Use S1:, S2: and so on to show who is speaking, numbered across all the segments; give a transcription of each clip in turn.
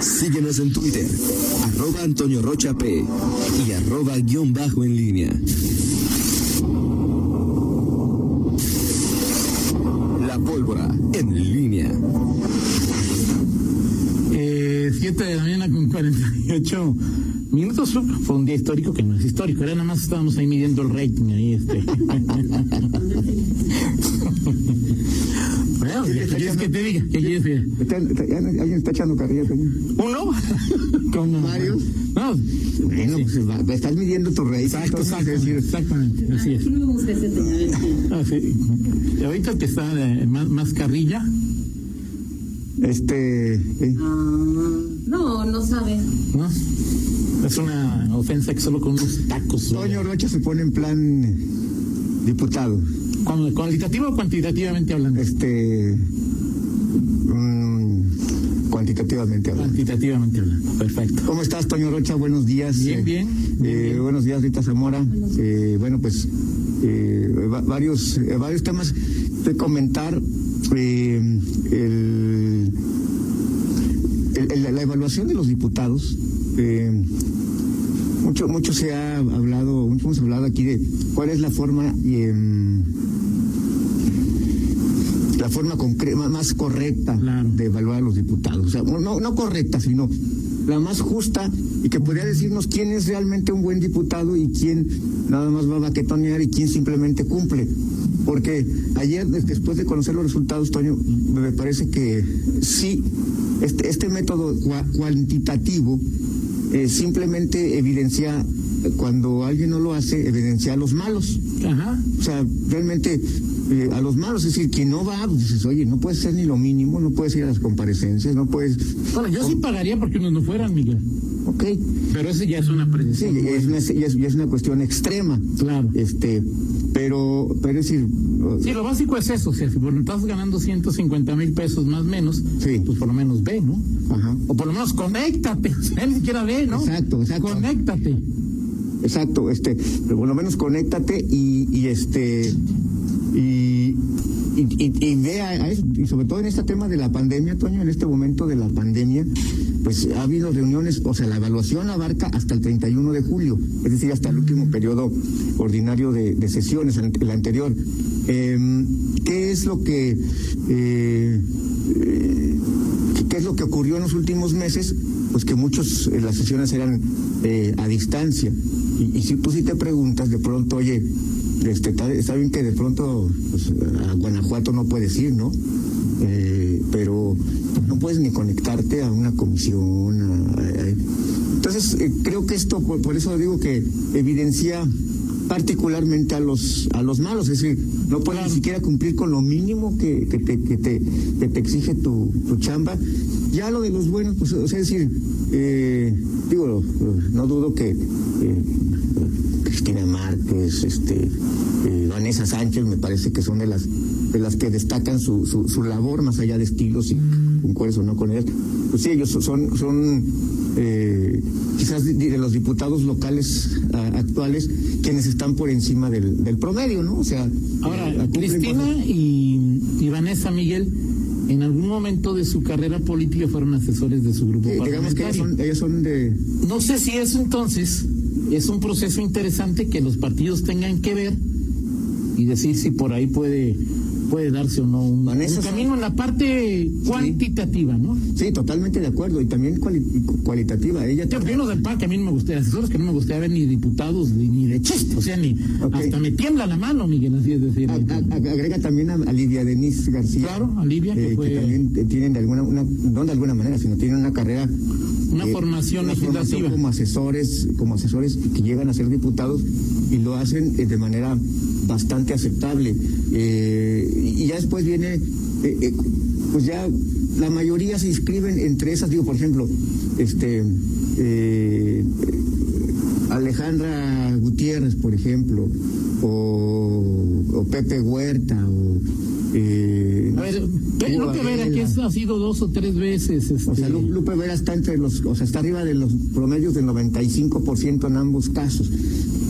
S1: Síguenos en Twitter, arroba Antonio Rocha P y arroba guión bajo en línea. La pólvora en línea.
S2: 7 de la mañana con 48 minutos. Fue un día histórico que no es histórico, era nada más estábamos ahí midiendo el rating. Ahí este. bueno, ¿qué quieres que te diga? ¿Qué quieres que
S3: Está- está- ya- alguien está echando carrilla, señor.
S2: ¿Uno? ¿Cómo?
S3: Varios.
S2: No.
S3: Bueno,
S2: sí.
S3: pues va- estás midiendo tu rating.
S2: Exacto,
S3: entonces,
S2: exacto,
S3: es decir,
S2: exactamente, así es.
S4: Aquí me gusta ese señor.
S2: Ah, sí. Y ahorita el que está eh, más, más carrilla,
S3: este, eh,
S4: Ah, no, no sabe.
S2: ¿no? Es una ofensa que solo con unos tacos.
S3: Toño Rocha se pone en plan diputado.
S2: Cuando- cualitativa o cuantitativamente hablando.
S3: Este, mm, cuantitativamente hablando.
S2: Cuantitativamente hablando. Perfecto.
S3: ¿Cómo estás, Toño Rocha? Buenos días.
S2: Bien,
S3: Eh,
S2: bien, bien,
S3: eh,
S2: bien.
S3: Buenos días, Rita Zamora. Eh, bueno, pues eh, va- varios, eh, varios temas de comentar. Eh, el- el- el- la evaluación de los diputados. eh, mucho, mucho se ha hablado, mucho hemos hablado aquí de cuál es la forma y, em, la forma concre- ma- más correcta
S2: Claro.
S3: de evaluar a los diputados. O sea, no, no correcta, sino la más justa y que podría decirnos quién es realmente un buen diputado y quién nada más va a baquetonear y quién simplemente cumple. Porque ayer, des- después de conocer los resultados, Toño, me me parece que sí, este, este método cua- cuantitativo eh, simplemente evidencia, eh, cuando alguien no lo hace, evidencia a los malos.
S2: Ajá.
S3: O sea, realmente eh, a los malos, es decir, quien no va, pues, dices, oye, no puedes hacer ni lo mínimo, no puedes ir a las comparecencias, no puedes.
S2: Bueno, yo sí pagaría porque unos no fueran, Miguel.
S3: Ok,
S2: Pero ese ya es una
S3: sí,
S2: predicción.
S3: y es una, y es- y es una cuestión extrema.
S2: Claro.
S3: Este, pero, pero es decir, o-
S2: Sí, lo básico es eso. O sea, si por- estás ganando 150 mil pesos más menos,
S3: Sí.
S2: pues por lo menos ve, ¿no?
S3: ajá,
S2: O por lo menos conéctate. O sea, Ni siquiera ve, ¿no?
S3: Exacto, exacto.
S2: Conéctate.
S3: exacto, este, pero por lo menos conéctate y, y este, y, y, y- y ve a, a eso, y sobre todo en este tema de la pandemia, Toño, en este momento de la pandemia, pues ha habido reuniones, o sea, la evaluación abarca hasta el 31 de julio, es decir, hasta el último periodo ordinario de, de sesiones, el el anterior. Em, ¿Qué es lo que... eh, eh, ¿Qué es lo que ocurrió en los últimos meses? Pues que muchos eh, las sesiones eran eh, a distancia. Y, y si tú sí te preguntas de pronto, oye, este, está- está bien que de pronto pues, a Guanajuato no puedes ir, ¿no? Eh, pero no puedes ni conectarte a una comisión. a- a- a- Entonces, eh, creo que esto, por, por eso digo que evidencia particularmente a los a los malos, es decir, no puedes ni siquiera cumplir con lo mínimo que, que te, que te- que te exige tu, tu chamba. Ya lo de los buenos, pues, o sea, es decir, eh, digo, no dudo que eh, Cristina Márquez, este, eh, Vanessa Sánchez, me parece que son de las de las que destacan su, su, su labor más allá de estilos y concuerdes o no con ellas. Pues sí, ellos son, son eh, quizás de, de los diputados locales ah, actuales quienes están por encima del, del promedio, ¿no? O sea, eh,
S2: Ahora,
S3: cumplen con-
S2: Cristina y, y Vanessa Miguel, en algún momento de su carrera política fueron asesores de su grupo
S3: eh, digamos que ellas
S2: parlamentario.
S3: son, ellas son de...
S2: No sé si eso entonces es un proceso interesante que los partidos tengan que ver y decir si por ahí puede puede darse o no un,
S3: Vanessa,
S2: un camino en la parte cuantitativa, ¿no?
S3: Sí, totalmente de acuerdo y también cuali- y cualitativa. Ella
S2: Yo yo no del PAN que a mí no me gustaría asesores, que no me gustaría ver ni diputados ni, ni de chiste, o sea, ni
S3: Ok. Ah,
S2: hasta me tiembla la mano, Miguel, así es decir.
S3: A- a- a- agrega también a, a Lidia Denise García.
S2: Claro, a Lidia, que
S3: eh,
S2: fue-
S3: también eh, tienen de alguna, una- no de alguna manera, sino tienen una carrera.
S2: Una formación
S3: Eh, una
S2: legislativa.
S3: formación como asesores, como asesores que llegan a ser diputados y lo hacen eh, de manera bastante aceptable. Eh, y ya después viene, eh, eh, pues ya la mayoría se inscriben entre esas, digo, por ejemplo, este. eh, Alejandra Gutiérrez, por ejemplo, o, o Pepe Huerta, o, eh,
S2: A ver, Pe-
S3: Hugo
S2: Lupe Vera,
S3: Varela.
S2: que es- ha sido dos o tres veces. Este,
S3: O sea, Lu- Lupe Vera está entre los, o sea, está arriba de los promedios del 95% en ambos casos.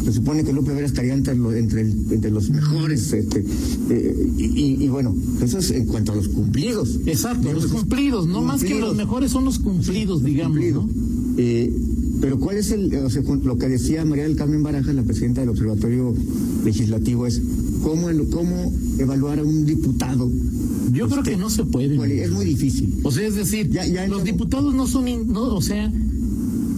S3: Se supone que Lupe Vera estaría entre, lo- entre, el- entre los mejores. este, eh, y, y- y bueno, eso es en cuanto a los cumplidos.
S2: Exacto, los
S3: Digamos,
S2: cumplidos, no más que
S3: cumplidos.
S2: los mejores son los cumplidos, digamos.
S3: cumplido.
S2: ¿no?
S3: Eh, pero ¿cuál es el, o sea, con lo que decía María del Carmen Baraja, la presidenta del Observatorio Legislativo, es cómo, el- cómo evaluar a un diputado?
S2: Yo creo que no se
S3: Bueno,
S2: puede.
S3: Es muy difícil.
S2: O sea, es decir,
S3: Ya- ya
S2: los
S3: entendí.
S2: diputados no son, in- no, o sea,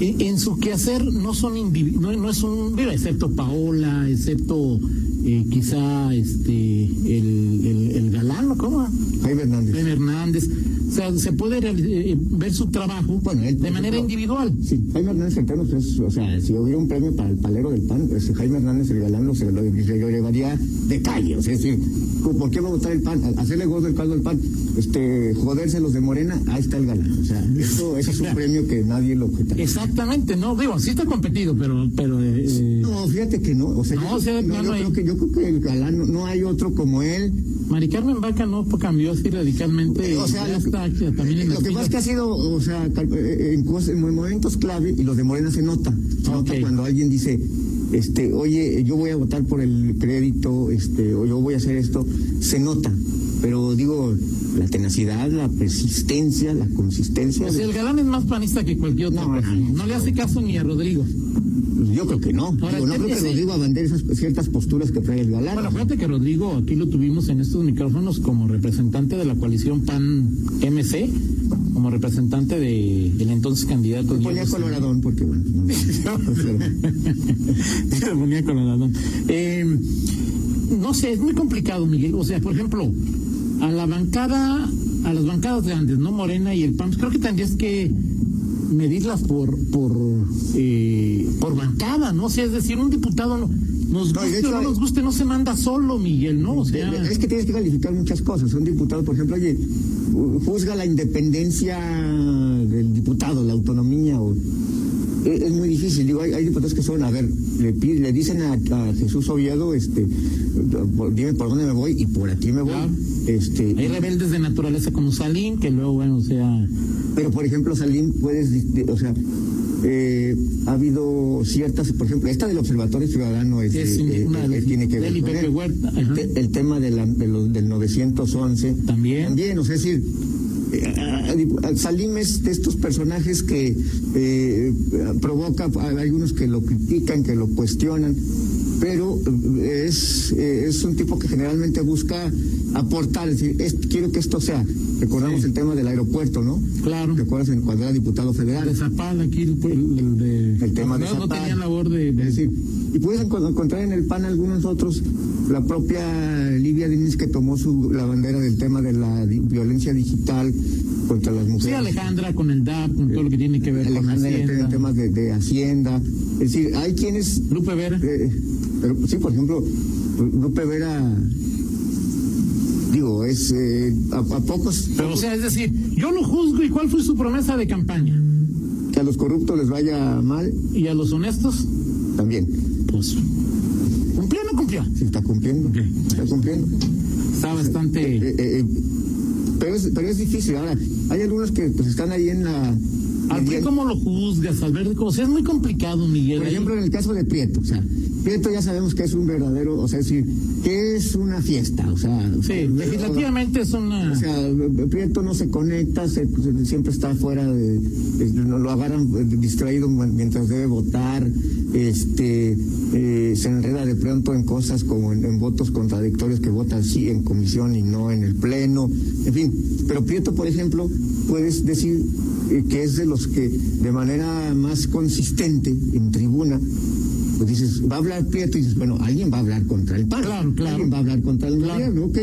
S2: en, en su quehacer no son indivi- no, no es un, mira, excepto Paola, excepto eh, quizá este el, el, el galano, ¿cómo?
S3: Jaime Hernández.
S2: Ben Hernández. O sea, se puede reali- eh, ver su trabajo
S3: Bueno, él, por
S2: de manera
S3: ejemplo,
S2: individual.
S3: Sí, Jaime Hernández el Tano, pues, o sea, si hubiera un premio para el palero del pan, pues, Jaime Hernández el galán lo, se lo, se lo llevaría de calle. O sea, es decir, ¿cómo- ¿por qué va a votar el pan? A- Hacerle gordo el caldo al pan, este, joderse los de Morena, ahí está el galán. O sea, eso, eso es un premio que nadie lo quita.
S2: Exactamente, no, digo, sí está competido, pero, pero eh, eh,
S3: No, fíjate que no. O sea,
S2: No,
S3: yo,
S2: o sea,
S3: no,
S2: no,
S3: yo
S2: no hay-
S3: creo que, yo creo que el galán no, no hay otro como él.
S2: Mari Carmen Vaca no pues, cambió así radicalmente.
S3: o sea,
S2: ya
S3: lo, que-
S2: está aquí, también en
S3: lo
S2: las
S3: que pasa
S2: filas.
S3: es que ha sido, o sea, cal- eh, en, cos- en momentos clave y los de Morena se nota. Se nota
S2: Ok.
S3: cuando alguien dice, este, oye, yo voy a votar por el crédito, este, o yo voy a hacer esto, se nota. Pero digo, la tenacidad, la persistencia, la consistencia.
S2: O sea, el
S3: de-
S2: galán es más panista que cualquier otro.
S3: No,
S2: No,
S3: no, no.
S2: le hace caso ni a Rodrigo.
S3: Yo creo que no.
S2: Ahora,
S3: Digo, no
S2: ¿qué
S3: creo que
S2: dice?
S3: Rodrigo abandere esas ciertas posturas que trae el galán.
S2: Bueno, fíjate que Rodrigo, aquí lo tuvimos en estos micrófonos como representante de la coalición PAN-MC, como representante de, del entonces candidato.
S3: Ponía
S2: Diego Sinue.
S3: coloradón porque, bueno. no-
S2: Te lo ponía con la ladón. Eh, no sé, es muy complicado, Miguel. O sea, por ejemplo, a la bancada, a las bancadas grandes, ¿no? Morena y el PAN, creo que tendrías que medirlas por por eh, por bancada, ¿no? O sea, es decir, un diputado no- nos
S3: No, y de
S2: guste o
S3: hecho
S2: no
S3: hay-
S2: nos guste, no se manda solo, Miguel, ¿no? O sea,
S3: Es que tienes que calificar muchas cosas. Un diputado, por ejemplo, oye, juzga la independencia del diputado, la autonomía. o- e, Es, es muy difícil. Digo, hay, hay diputados que son, a ver, le, pi- le dicen a, a Jesús Oviedo, este, por- dime por dónde me voy y por aquí me voy.
S2: Claro.
S3: Este,
S2: hay rebeldes de naturaleza como Salín, que luego, bueno, o sea,
S3: pero, por ejemplo, Salim, puedes, dis- de- o sea, eh, ha habido ciertas, por ejemplo, esta del Observatorio Ciudadano este,
S2: Es
S3: eh,
S2: una
S3: eh,
S2: de-
S3: tiene que ver
S2: del
S3: con
S2: Pepe
S3: él.
S2: Huerta, ajá.
S3: Te- El tema de la- de los- del 911.
S2: También.
S3: También, o sea, es decir, eh, a- a- a- Salim es de estos personajes que eh, provoca, hay algunos que lo critican, que lo cuestionan, pero eh, es, eh, es un tipo que generalmente busca aportar, es decir, es- quiero que esto sea, recordamos el tema del aeropuerto, ¿no?
S2: claro.
S3: ¿Te acuerdas en cuando era diputado federal?
S2: De Zapal, aquí el, el- el de.
S3: El tema de
S2: no, no
S3: Zapal.
S2: tenían labor de, de
S3: Es decir, y puedes enco- encontrar en el PAN algunos otros, la propia Livia Diniz que tomó su, la bandera del tema de la di- violencia digital contra las
S2: Sí,
S3: mujeres.
S2: Alejandra, con el DAP, con todo lo que tiene que ver con
S3: Alejandra en
S2: Hacienda.
S3: temas de, de Hacienda. Es decir, hay quienes,
S2: Lupe Vera.
S3: eh, pero, sí, por ejemplo, Lupe Vera, digo, es eh, a, a pocos,
S2: Pero, o sea, es decir, yo lo juzgo y cuál fue su promesa de campaña.
S3: que a los corruptos les vaya mal,
S2: Y a los honestos,
S3: también.
S2: pues. Cumplió o no cumplió.
S3: Sí, está cumpliendo,
S2: Ok.
S3: está cumpliendo.
S2: Está bastante.
S3: Eh, eh, eh, pero, es, pero es difícil. Ahora, hay algunos que pues, están ahí en la.
S2: Al PRI,
S3: en-
S2: ¿cómo lo juzgas? Al verde, ¿cómo? o sea, es muy complicado, Miguel.
S3: por
S2: ahí.
S3: ejemplo, en el caso de Prieto. O sea, Prieto ya sabemos que es un verdadero. O sea, es decir, que es una fiesta. O sea,
S2: sí,
S3: o-
S2: legislativamente es una.
S3: O sea, Prieto no se conecta, se- se- siempre está fuera de, es- lo lo agarran eh, distraído mientras debe votar, este, eh, se enreda de pronto en cosas como en, en votos contradictorios que votan sí en comisión y no en el pleno, en fin. Pero Prieto, por ejemplo, puedes decir eh, que es de los que de manera más consistente en tribuna, pues dices, va a hablar Prieto y dices, bueno, alguien va a hablar contra el PAN,
S2: Claro, claro.
S3: alguien va a hablar contra el
S2: Claro.
S3: gobierno, ok,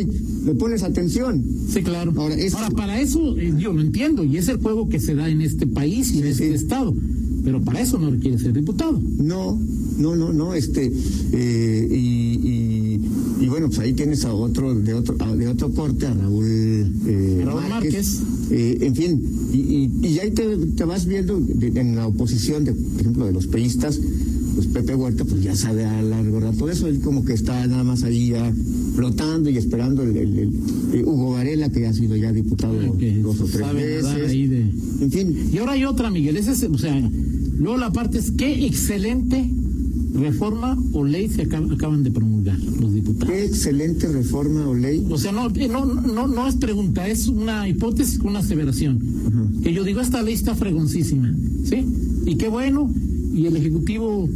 S3: le pones atención.
S2: Sí, claro. Ahora,
S3: Ahora, es-
S2: para eso, eh, yo lo entiendo, y es el juego que se da en este país y en este
S3: sí.
S2: estado. Pero para eso no requiere ser diputado.
S3: No, no, no, no, este, eh, y, y- y bueno, pues ahí tienes a otro, de otro, a- de otro corte, a Raúl, eh,
S2: Raúl Márquez.
S3: Eh, en fin, y, y- y ahí te, te vas viendo de- en la oposición, de, por ejemplo, de los peístas, pues Pepe Huerta pues ya sabe a largo rato eso, él como que está nada más ahí ya flotando y esperando el, el- el- eh, Hugo Varela, que ha sido ya diputado
S2: Ah, que
S3: dos o tres
S2: sabe nadar
S3: veces.
S2: ahí de-
S3: En fin,
S2: Y ahora hay otra, Miguel. Ese es, o sea, luego la parte es qué excelente reforma o ley se acab- acaban de promulgar los diputados.
S3: qué excelente reforma o ley.
S2: O sea, no, eh, no, no, no es pregunta, es una hipótesis con una aseveración. Que yo digo, esta ley está fregoncísima, ¿sí? Y qué bueno, y el Ejecutivo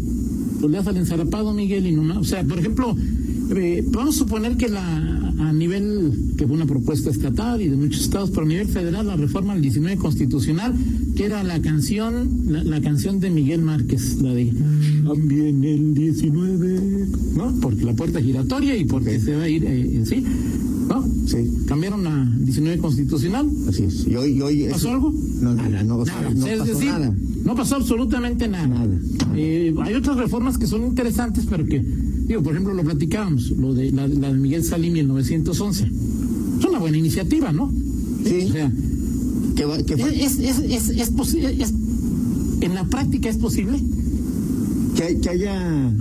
S2: pues, le hace al ensarapado, Miguel, y no más. O sea, por ejemplo, eh, vamos a suponer que la a nivel, que fue una propuesta estatal y de muchos estados, pero a nivel federal, la reforma del 19 constitucional, que era la canción, la, la canción de Miguel Márquez, la de También el 19, ¿no? Porque la puerta es giratoria y porque se va a ir, eh, eh, ¿sí? ¿No?
S3: Sí,
S2: cambiaron a 19 constitucional.
S3: así es. Y hoy, y hoy
S2: ¿Pasó
S3: eso-
S2: algo?
S3: No, nada, no, o sea,
S2: Nada.
S3: no
S2: es
S3: pasó
S2: decir,
S3: nada.
S2: no pasó absolutamente nada.
S3: Nada.
S2: Eh, hay otras reformas que son interesantes, pero que, digo, por ejemplo, lo platicábamos, lo de la, la de Miguel Salim y el 911. Es una buena iniciativa, ¿no?
S3: Sí.
S2: O sea,
S3: Que va- que fa-
S2: es, es, es, es posible, es- en la práctica es posible.
S3: que, hay- que haya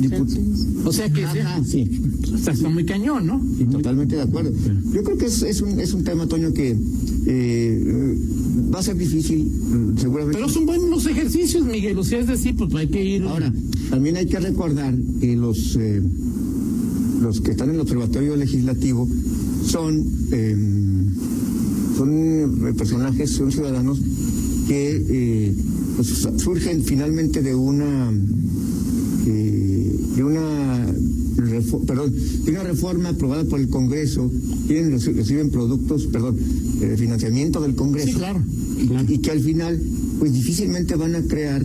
S3: diputados.
S2: O sea que sea-
S3: sí. Pues
S2: o sea, está muy cañón, ¿no?
S3: Sí, totalmente de acuerdo. Yo creo que es, es, un, es un tema, Toño, que eh, eh, va a ser difícil, mm, seguramente.
S2: Pero son buenos ejercicios, Miguel. O sea, es decir, pues hay que ir.
S3: Ahora, también hay que recordar que los, eh, los que están en el Observatorio Legislativo son, eh, son eh, personajes, son ciudadanos que eh, pues, surgen finalmente de una eh, de una refo- perdón, de una reforma aprobada por el Congreso, tienen, reci- reciben productos, perdón, eh, financiamiento del Congreso
S2: Sí, claro.
S3: y, y que al final pues difícilmente van a crear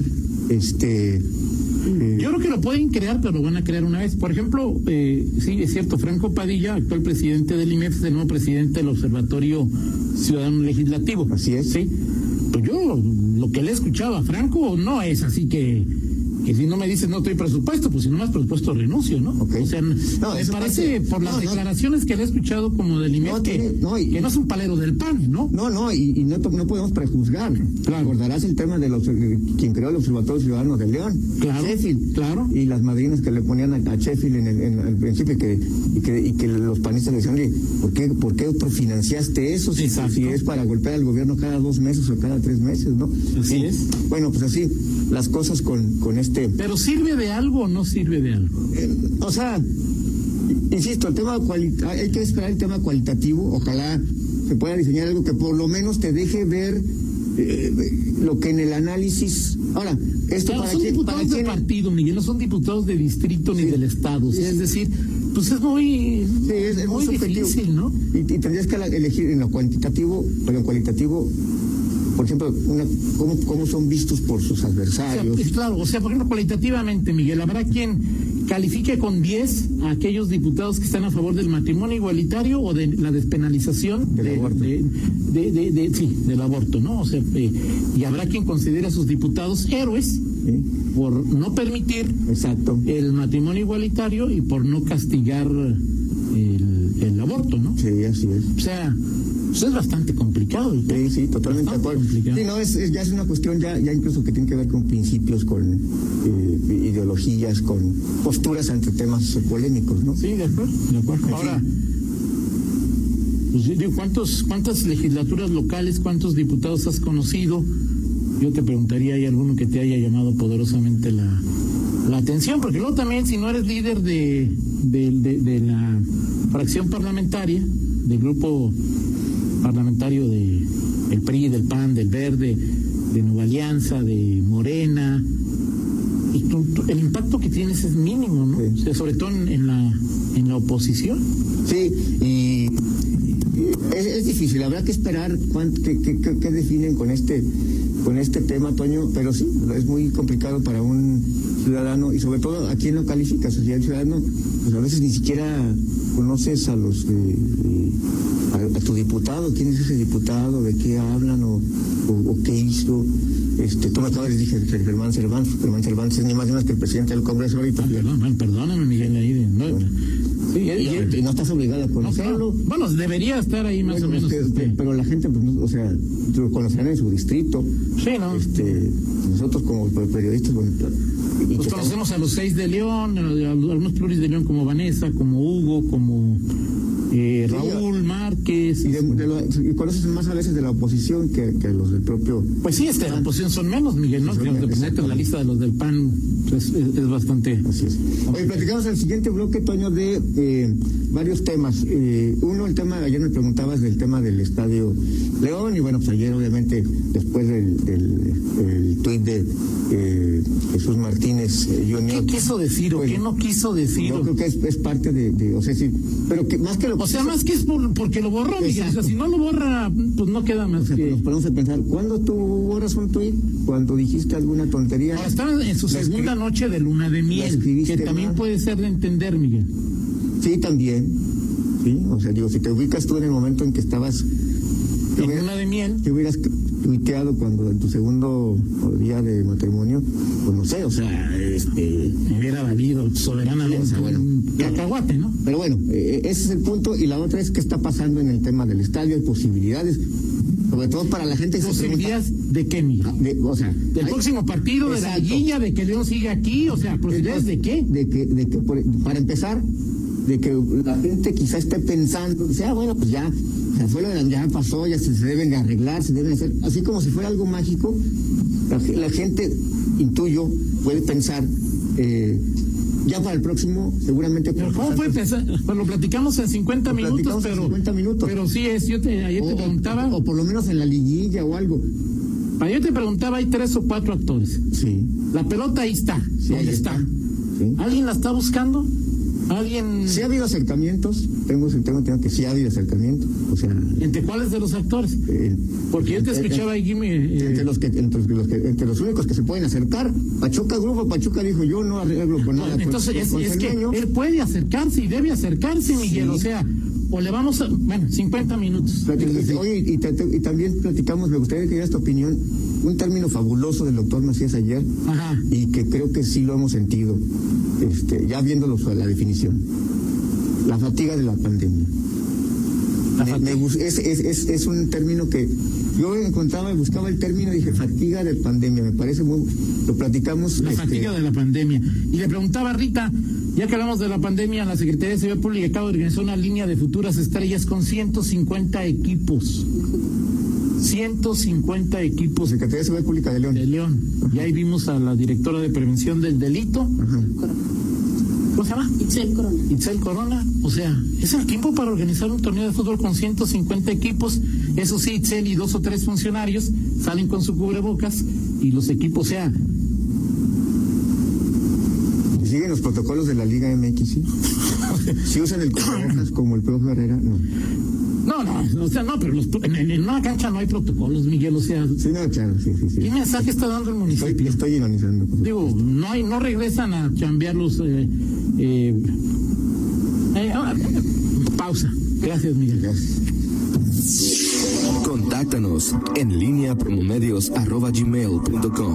S3: este eh,
S2: Yo creo que lo pueden crear, pero lo van a crear una vez. Por ejemplo, eh, sí, es cierto, Franco Padilla, actual presidente del IMEF, es el nuevo presidente del Observatorio Ciudadano Legislativo.
S3: Así es.
S2: Sí. Pues yo, lo que le escuchaba a Franco no es así que, que si no me dices no estoy presupuesto, pues si no más presupuesto renuncio, ¿no?
S3: Ok.
S2: O sea,
S3: No,
S2: me
S3: esa
S2: parece
S3: parte-
S2: por las
S3: no, no.
S2: declaraciones que le he escuchado como del IMEF
S3: No,
S2: que,
S3: tiene- no, y-
S2: que no es un palero del pan, ¿no?
S3: no no y, y no, to- no podemos prejuzgar
S2: Claro.
S3: recordarás el tema de los de quien creó el observatorio ciudadano de León
S2: Claro,
S3: Sheffield
S2: claro.
S3: y las madrinas que le ponían a, a Sheffield en el, en el principio y que, y que y que los panistas decían oye por qué por qué financiaste eso si,
S2: Exacto.
S3: si es para golpear al gobierno cada dos meses o cada tres meses no
S2: Así
S3: Sí.
S2: es.
S3: bueno pues así las cosas con con este
S2: Pero sirve de algo o no sirve de algo.
S3: Eh, o sea, insisto, el tema cuali- hay que esperar el tema cualitativo, ojalá se pueda diseñar algo que por lo menos te deje ver eh, lo que en el análisis. Ahora, esto
S2: Claro,
S3: para
S2: son
S3: quién, para
S2: diputados de
S3: quién-
S2: partido, Miguel, no son diputados de distrito ni
S3: Sí.
S2: del estado.
S3: Sí.
S2: Es decir, pues es muy,
S3: Sí, es, es
S2: muy
S3: subjetivo.
S2: difícil, ¿no?
S3: Y, y tendrías que la- elegir en lo cuantitativo, pero en cualitativo, por ejemplo, una, cómo, cómo son vistos por sus
S2: O sea,
S3: adversarios.
S2: pues, claro, o sea, por ejemplo, cualitativamente, Miguel, habrá quien califique con 10 a aquellos diputados que están a favor del matrimonio igualitario o de la despenalización
S3: Del
S2: de-
S3: aborto.
S2: de- de- de- de- sí, del aborto, ¿no? O sea, eh, y habrá quien considere a sus diputados héroes
S3: ¿sí?
S2: por no permitir
S3: Exacto.
S2: el matrimonio igualitario y por no castigar el, el aborto, ¿no?
S3: Sí, así es.
S2: O sea, pues es bastante complicado. el tema.
S3: Sí, sí, totalmente de acuerdo.
S2: Complicado.
S3: Sí, no, es, es- ya es una cuestión ya, ya incluso que tiene que ver con principios, con eh, ideologías, con posturas ante temas eh, polémicos, ¿no?
S2: Sí, de acuerdo, de acuerdo. Ahora, pues yo digo, ¿cuántos, ¿cuántas legislaturas locales, cuántos diputados has conocido? Yo te preguntaría, ¿hay alguno que te haya llamado poderosamente la, la atención? Porque luego también, si no eres líder de, de, de- de la fracción parlamentaria, del grupo parlamentario de el PRI, del PAN, del Verde, de Nueva Alianza, de Morena, y tú- tú- el impacto que tienes es mínimo, ¿no?
S3: Sí.
S2: O sea, sobre todo en, en la en la oposición.
S3: Sí, y y es, es difícil, habrá que esperar cuán- qué, qué- qué- qué definen con este con este tema, Toño, pero sí, es muy complicado para un ciudadano y sobre todo a quién lo calificas, o sea, el ciudadano, pues a veces ni siquiera conoces a los eh, eh, a, a tu diputado, quién es ese diputado, de qué hablan o, o- o qué hizo. Este, tú me acabas de decir que Germán Cervantes, Germán Cervantes es ni más ni menos que el presidente del Congreso ahorita.
S2: Ah, perdón, bueno, perdóname, Miguel, ahí de- no,
S3: Sí, y, y- y no estás obligada a
S2: No sé,
S3: conocerlo.
S2: bueno, debería estar ahí más
S3: Bueno,
S2: o menos.
S3: usted-
S2: este,
S3: Pero la gente, pues, no- o sea, lo conocerán en su distrito.
S2: sí, ¿no?
S3: Este, nosotros como periodistas, bueno, y
S2: Pues
S3: que-
S2: conocemos a los seis de León, a a algunos pluris de León como Vanessa, como Hugo, como eh,
S3: Sí,
S2: Raúl Márquez.
S3: y de- de lo- y conoces más a veces de la oposición que, que los del propio.
S2: Pues sí, este, la oposición son menos, Miguel, ¿no?
S3: Son
S2: Que los
S3: menos,
S2: representantes de la lista de los del PAN pues, es, es bastante.
S3: Así es. Hoy platicamos en el siguiente bloque, Toño, de eh, varios temas. Eh, uno, el tema, ayer me preguntabas del tema del Estadio León, y bueno, pues ayer, obviamente, después del, del el tuit de eh, Jesús Martínez eh, Junior.
S2: ¿Qué quiso decir o
S3: Pues,
S2: qué no quiso decir?
S3: Yo creo que es, es parte de, de- o sea, sí, pero que más que lo
S2: O sea, más que es por- porque lo borró, Miguel. O sea,
S3: Exacto.
S2: si no lo borra, pues no queda más que.
S3: nos ponemos a pensar, ¿cuándo tú borras un tuit? Cuando dijiste alguna tontería.
S2: Ahora estaba en su
S3: La escri-
S2: segunda noche de luna de miel,
S3: escribiste
S2: que también
S3: mal.
S2: puede ser de entender, Miguel.
S3: Sí, también. Sí, o sea, digo, si te ubicas tú en el momento en que estabas. te
S2: En
S3: hubieras-
S2: luna de miel.
S3: te hubieras tuiteado cuando en tu segundo día de matrimonio, pues no sé, o sea, este.
S2: Me hubiera valido soberanamente
S3: Bueno,
S2: un
S3: ya.
S2: cacahuate, ¿no?
S3: Pero bueno, eh, ese es el punto. Y la otra es qué está pasando en el tema del estadio. Hay posibilidades, sobre todo para la gente que se pregunta.
S2: ¿Posibilidades de qué, Miguel?
S3: de- o sea,
S2: ¿Del
S3: hay-
S2: próximo partido? ¿De la
S3: Exacto.
S2: guilla? ¿De que León siga aquí? O sea, ¿posibilidades de qué?
S3: De que, de que por- para empezar, de que la gente quizá esté pensando, dice, ah, bueno, pues ya, ya fue lo de la- ya pasó, ya se, se deben de arreglar, se deben hacer, así como si fuera algo mágico, la, ge- la gente, intuyo, puede pensar, eh, ya para el próximo, seguramente...
S2: Pero ¿cómo puede pensar? Pues lo platicamos en 50
S3: Lo
S2: minutos,
S3: platicamos en
S2: pero.
S3: 50 minutos. Oh,
S2: Pero sí es, yo te, ayer te
S3: O-
S2: preguntaba,
S3: O, por lo menos en la liguilla o algo. oh.
S2: ayer te preguntaba, hay tres o cuatro actores.
S3: Sí.
S2: La pelota ahí está,
S3: Sí,
S2: ¿dónde
S3: ahí
S2: está?
S3: está. Sí.
S2: ¿Alguien la está buscando? ¿Alguien?
S3: Sí ha habido acercamientos, tengo, tengo, tengo que sí ha habido acercamientos, o sea...
S2: ¿Entre cuáles de los actores?
S3: eh,
S2: Porque yo te
S3: eh, eh,
S2: escuchaba ahí, Jimmy. eh,
S3: entre los que entre los que entre los únicos que se pueden acercar Pachuca Grupo Pachuca dijo yo no arreglo con nada con-
S2: entonces es,
S3: con
S2: es que er-
S3: Cermeño".
S2: él puede acercarse y debe acercarse, Miguel.
S3: Sí.
S2: O sea, o le vamos a. Bueno, 50 minutos.
S3: Platic-
S2: Es decir,
S3: oye, y, te- te- y también platicamos me gustaría que dieras tu opinión un término fabuloso del doctor Macías ayer
S2: Ajá.
S3: y que creo que sí lo hemos sentido este ya viéndolo a la definición la fatiga de la pandemia
S2: La
S3: Me- me
S2: fatiga.
S3: gus- es, es- es- es un término que yo encontraba, buscaba el término y dije fatiga de pandemia. Me parece muy. Lo platicamos.
S2: La
S3: este,
S2: fatiga de la pandemia. Y le preguntaba a Rita, ya que hablamos de la pandemia, la Secretaría de Seguridad Pública acaba de organizar una línea de futuras estrellas con 150 equipos. 150 equipos
S3: Secretaría de Seguridad Pública de León.
S2: de León. Y ahí vimos a la directora de prevención del delito.
S3: Ajá.
S2: ¿Cómo se llama?
S4: Itzel Corona.
S2: Itzel Corona, o sea, es el tiempo para organizar un torneo de fútbol con 150 equipos. Eso sí, Itzel y dos o tres funcionarios salen con su cubrebocas y los equipos, o sea,
S3: Y Siguen los protocolos de la Liga MX, ¿sí? si usan el cubrebocas como el profe Herrera, no.
S2: no, no, o sea, no, pero los- en, en- en una cancha no hay protocolos, Miguel, o sea,
S3: Sí, no, claro, sí, sí, sí.
S2: ¿qué mensaje está dando el
S3: Estoy,
S2: municipio?
S3: estoy ironizando.
S2: Digo, no hay, no regresan a cambiar los. eh, eh, eh, ah, pausa. Gracias, Miguel.
S3: Gracias.
S1: Contáctanos en línea promomedios arroba gmail punto com.